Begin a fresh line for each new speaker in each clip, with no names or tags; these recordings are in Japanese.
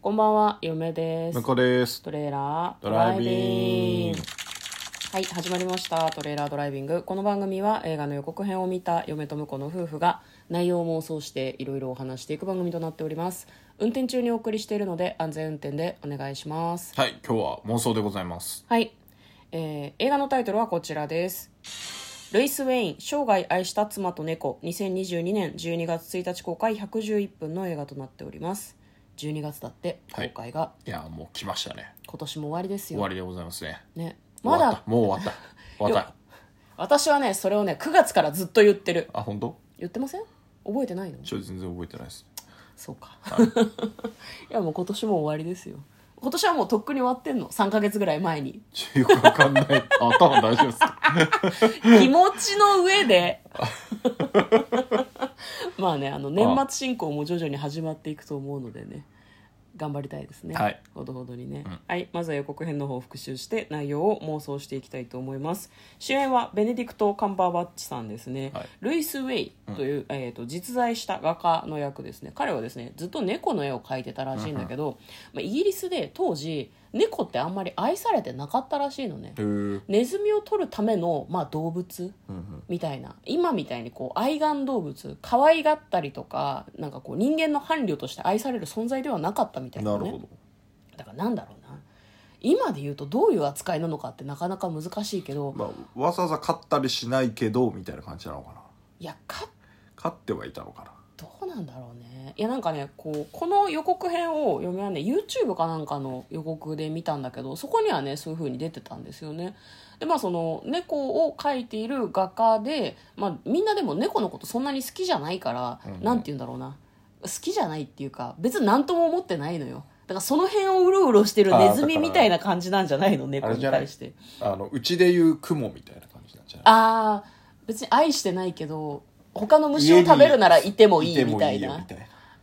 こんばんは、嫁です。
向こうです。
トレーラー
ドライビング。
はい、始まりました。トレーラードライビング。この番組は映画の予告編を見た嫁と婿の夫婦が内容を妄想していろいろお話していく番組となっております。運転中にお送りしているので安全運転でお願いします。
はい、今日は妄想でございます。
はい、えー映画のタイトルはこちらです。ルイス・ウェイン生涯愛した妻と猫2022年12月1日公開111分の映画となっております12月だって公開が
いや、もう来ましたね。
今年も終わりです
終
よ
わりでございますね。
ねま
終わっ
だ
た。もう終わった。終わっ
私はねそれをね9月からずっと言ってる
た。あ、本当？
言ってません覚えてないの
ちょっと全然覚えてないです。
そうか
はい
いやもう今年も終わりですよ今年はもうとっくに終わってんの3ヶ月ぐらい前に
ちょよくわかん ない。頭大丈夫ですか？
気持ちの上 でまあねあの年末進行も徐々に始まっていくと思うのでね頑張りたいですね、
はい
ほどほどにね、はいまずは予告編の方を復習して内容を妄想していきたいと思います主演はベネディクト・カンバーバッチさんですね、
はい
ルイス・ウェイという、えー、と実在した画家の役ですね彼はですねずっと猫の絵を描いてたらしいんだけど、まあ、イギリスで当時猫ってあんまり愛されてなかったらしいのね
へー
ネズミを取るための、まあ、動物
うんうん。
みたいな今みたいにこう愛玩動物可愛がったりとかなんかこう人間の伴侶として愛される存在ではなかったみたいな,、
な
ね、
るほど。
だからなんだろうな今で言うとどういう扱いなのかってなかなか難しいけど、
まあわざわざ勝ったりしないけどみたいな感じなのかな。
いやか
勝ってはいたのかな。
どうなんだろうねいやなんかねこうこの予告編を嫁はね YouTube かなんかの予告で見たんだけどそこにはねそういう風に出てたんですよねでまあその猫を描いている画家で、まあ、みんなでも猫のことそんなに好きじゃないから
うんうん
なん、て言うんだろうな好きじゃないっていうか別に何とも思ってないのよだからその辺をうろうろしてるネズミみたいな感じなんじゃないの猫
あれ
に
じゃない
対して
あのうちで言う雲みたいな感じなんじゃない？
ああ別に愛してないけど他の虫を食べるならいてもいい
て
み
も
たい
よ
な
みたい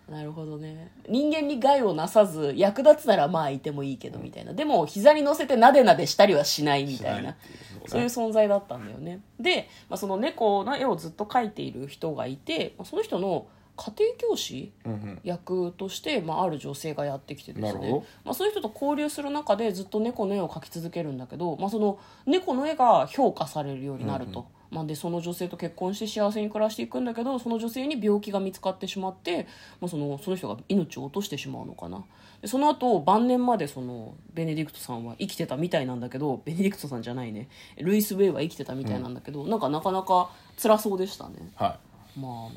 な。
なるほどね人間に害をなさず役立つならまあいてもいいけどみたいなでも膝に乗せてなでなでしたりはしないみたい
しな
ない
っていうのが
そういう存在だったんだよねで、まあ、その猫の絵をずっと描いている人がいてまあその人の家庭教師
うんうん。
役として、まあ、ある女性がやってきてです
なるほ
ね
ど、
まあ、そういう人と交流する中でずっと猫の絵を描き続けるんだけど、まあ、その猫の絵が評価されるようになると、
う
まあ、でその女性と結婚して幸せに暮らしていくんだけどその女性に病気が見つかってしまって、まあ、そのその人が命を落としてしまうのかなでその後晩年までそのベネディクトさんは生きてたみたいなんだけどベネディクトさんじゃないねルイス・ウェイは生きてたみたいなんだけど、なんかなかなか辛そうでしたね。
は
まあ、あの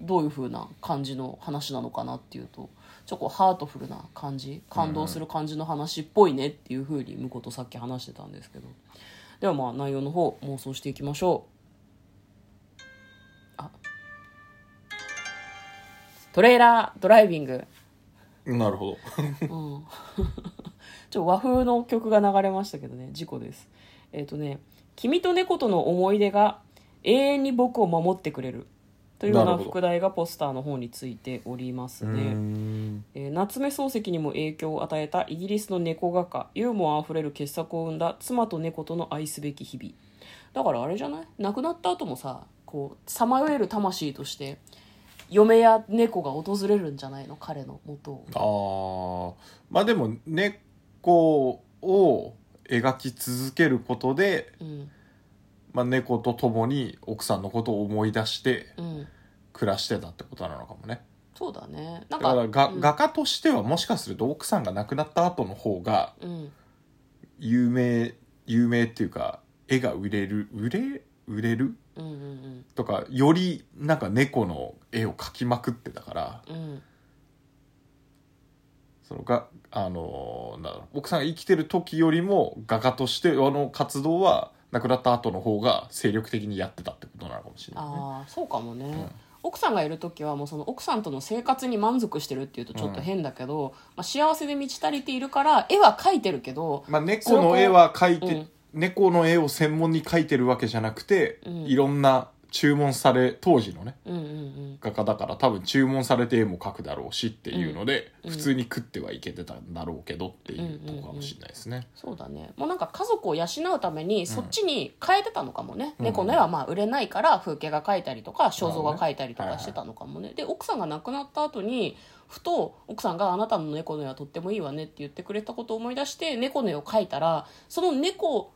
どういう風な感じの話なのかなっていうとちょっとこうハートフルな感じ感動する感じの話っぽいねっていう風に向こうとさっき話してたんですけどではまあ内容の方妄想していきましょうあトレーラードライビング
い。なるほど。
ちょっと和風の曲が流れましたけどね事故ですえっ、とね「君と猫との思い出が永遠に僕を守ってくれる」というような
なるほど
副題がポスターの方についております
うー
ね、
ん。
えー夏目漱石にも影響を与えたイギリスの猫画家ユーモアあふれる傑作を生んだ妻と猫との愛すべき日々だからあれじゃない亡くなった後もさこうさまよえる魂として嫁や猫が訪れるんじゃないの彼の元を
ああまあでも猫を描き続けることで、
うん
まあ、猫と共に奥さんのことを思い出して
うん
暮らしてたってことなのかもね
そうだねな
だ
んか
からが、
うん
画家としてはもしかすると奥さんが亡くなった後の方が
うん、
有名有名っていうか絵が売れる売れ売れる
うんうん
とかよりなんか猫の絵を描きまくってたから
うんうん
そのがあのなんだろう奥さんが生きてる時よりも画家としてあの活動は亡くなった後の方が精力的にやってたってことなのかもしれない、ね、
ああそうかもね、
ん
奥さんがいる時はもうその奥さんとの生活に満足してるっていうとちょっと変だけど、まあ、幸せで満ち足りているから絵は描いてるけど
まあ、猫の絵は描いて、
うん
猫の絵を専門に描いてるわけじゃなくて、
うん
いろんな注文され当時のね
うんうん
画家だから多分注文されて絵も描くだろうしっていうので、普通に食ってはいけてたんだろうけどっていうとこかもしれないですね、
そうだねもうなんか家族を養うためにそっちに変えてたのかもね、
うん
猫の絵はまあ売れないから風景が描いたりとか肖像が描いたりと
なる
か
ほどね
してたのかもね、で奥さんが亡くなった後にふと奥さんが「あなたの猫の絵はとってもいいわね」って言ってくれたことを思い出して猫の絵を描いたらその猫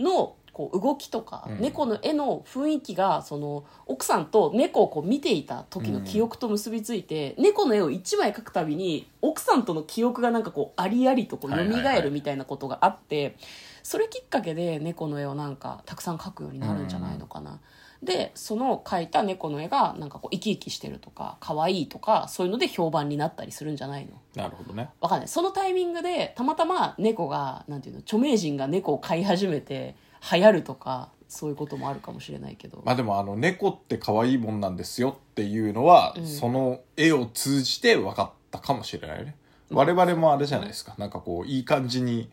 のこう動きとか、
うん
猫の絵の雰囲気がその奥さんと猫をこう見ていた時の記憶と結びついて、猫の絵を1枚描くたびに奥さんとの記憶がなんかこうありありとこう蘇
はいはいはい
るみたいなことがあって、それきっかけで猫の絵をなんかたくさん描くようになるんじゃないのかな。でその描いた猫の絵がなんかこう生き生きしてるとか可愛いとかそういうので評判になったりするんじゃないの
なるほどね
わかんないそのタイミングでたまたま猫がなんていうの著名人が猫を飼い始めて流行るとかそういうこともあるかもしれないけど、
まあでもあの猫って可愛いもんなんですよっていうのは、
うん
その絵を通じて分かったかもしれないね
うん
我々もあれじゃないですか、なんかこういい感じに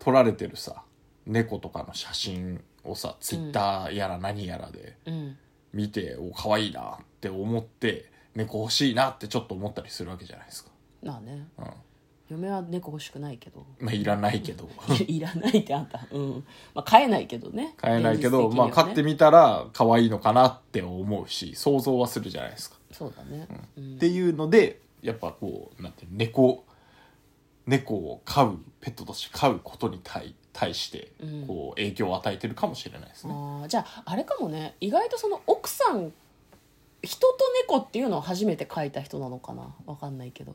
撮られてるさ猫とかの写真をさツイッターやら何やらで
うん
見て、お可愛いなって思って猫欲しいなってちょっと思ったりするわけじゃないですか、
まあね
うん、
嫁は猫欲しくないけど
まあいらないけど
いらないってあんた、うんまあ、飼えないけどね
買えないけ
現
ど、
実的に
ま
は
あ
ね
買ってみたら可愛いのかなって思うし想像はするじゃないですか
そうだね、うん
っていうのでやっぱこうなんていうの猫猫を飼うペットとして飼うことに対対して
うん
こう影響を与えてるかもしれないですね、
あーじゃああれかもね意外とその奥さん人と猫っていうのを初めて描いた人なのかなわかんないけど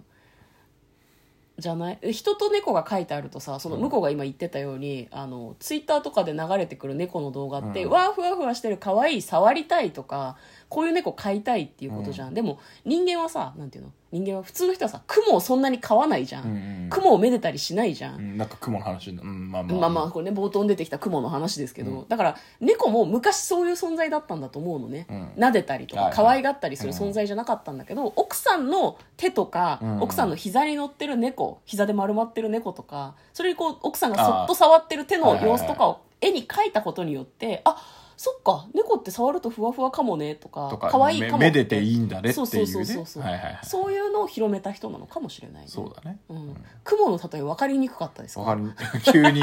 じゃないえ人と猫が書いてあるとさその
うん
向こうが今言ってたように、あのツイッターとかで流れてくる猫の動画って、
うん
わーふわふわしてる可愛い触りたいとかこういう猫飼いたいっていうことじゃん、でも人間はさなんていうの人間は普通の人はさ雲をそんなに飼わないじゃん、
うんうん
雲をめでたりしないじゃん
う、んなんか雲の話になうんまあまあ
まあまあこれね冒頭に出てきた雲の話ですけど、
う
だから猫も昔そういう存在だったんだと思うのね、
うん
撫でたりとか
はいはい
可愛がったりする存在じゃなかったんだけど、奥さんの手とか、
うん
奥さんの膝に乗ってる猫膝で丸まってる猫とかそれにこう奥さんがそっと触ってる手の様子とかを絵に描いたことによってあそっか猫って触るとふわふわかもねとか
とか
可愛いかも
めめでていいんだねって
そ
い
うう
ね
そうそうそうそう
はいはいはい
そういうのを広めた人なのかもしれないね、
そうだね
うん、雲の例え分かりにくかったですか
わかる 急に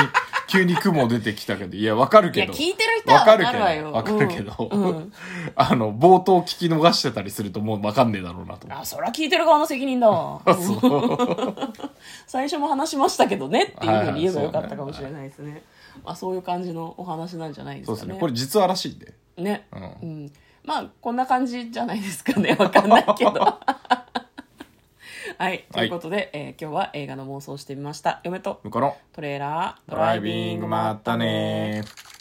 急に雲出てきたけどいやわかる
いや
けど
聞いてる人は分かるわよ
わかるけどわかるけ
う
ど
んうん
あの冒頭聞き逃してたりするともうわかんねえだろうなと思って
あそりゃ聞いてる側の責任だ わ
そう
最初も話しましたけどねっていうふうに言えばよかったかもしれないですね,、まあ、そういう感じのお話なんじゃないです
そう
か
で
ね
すねこれ実話らしいんで、
ね
うん
うん、まあこんな感じじゃないですかねわかんないけどはいということで、えー今日は映画の妄想をしてみました嫁と
向こうの
トレーラード
ドライビングまったねー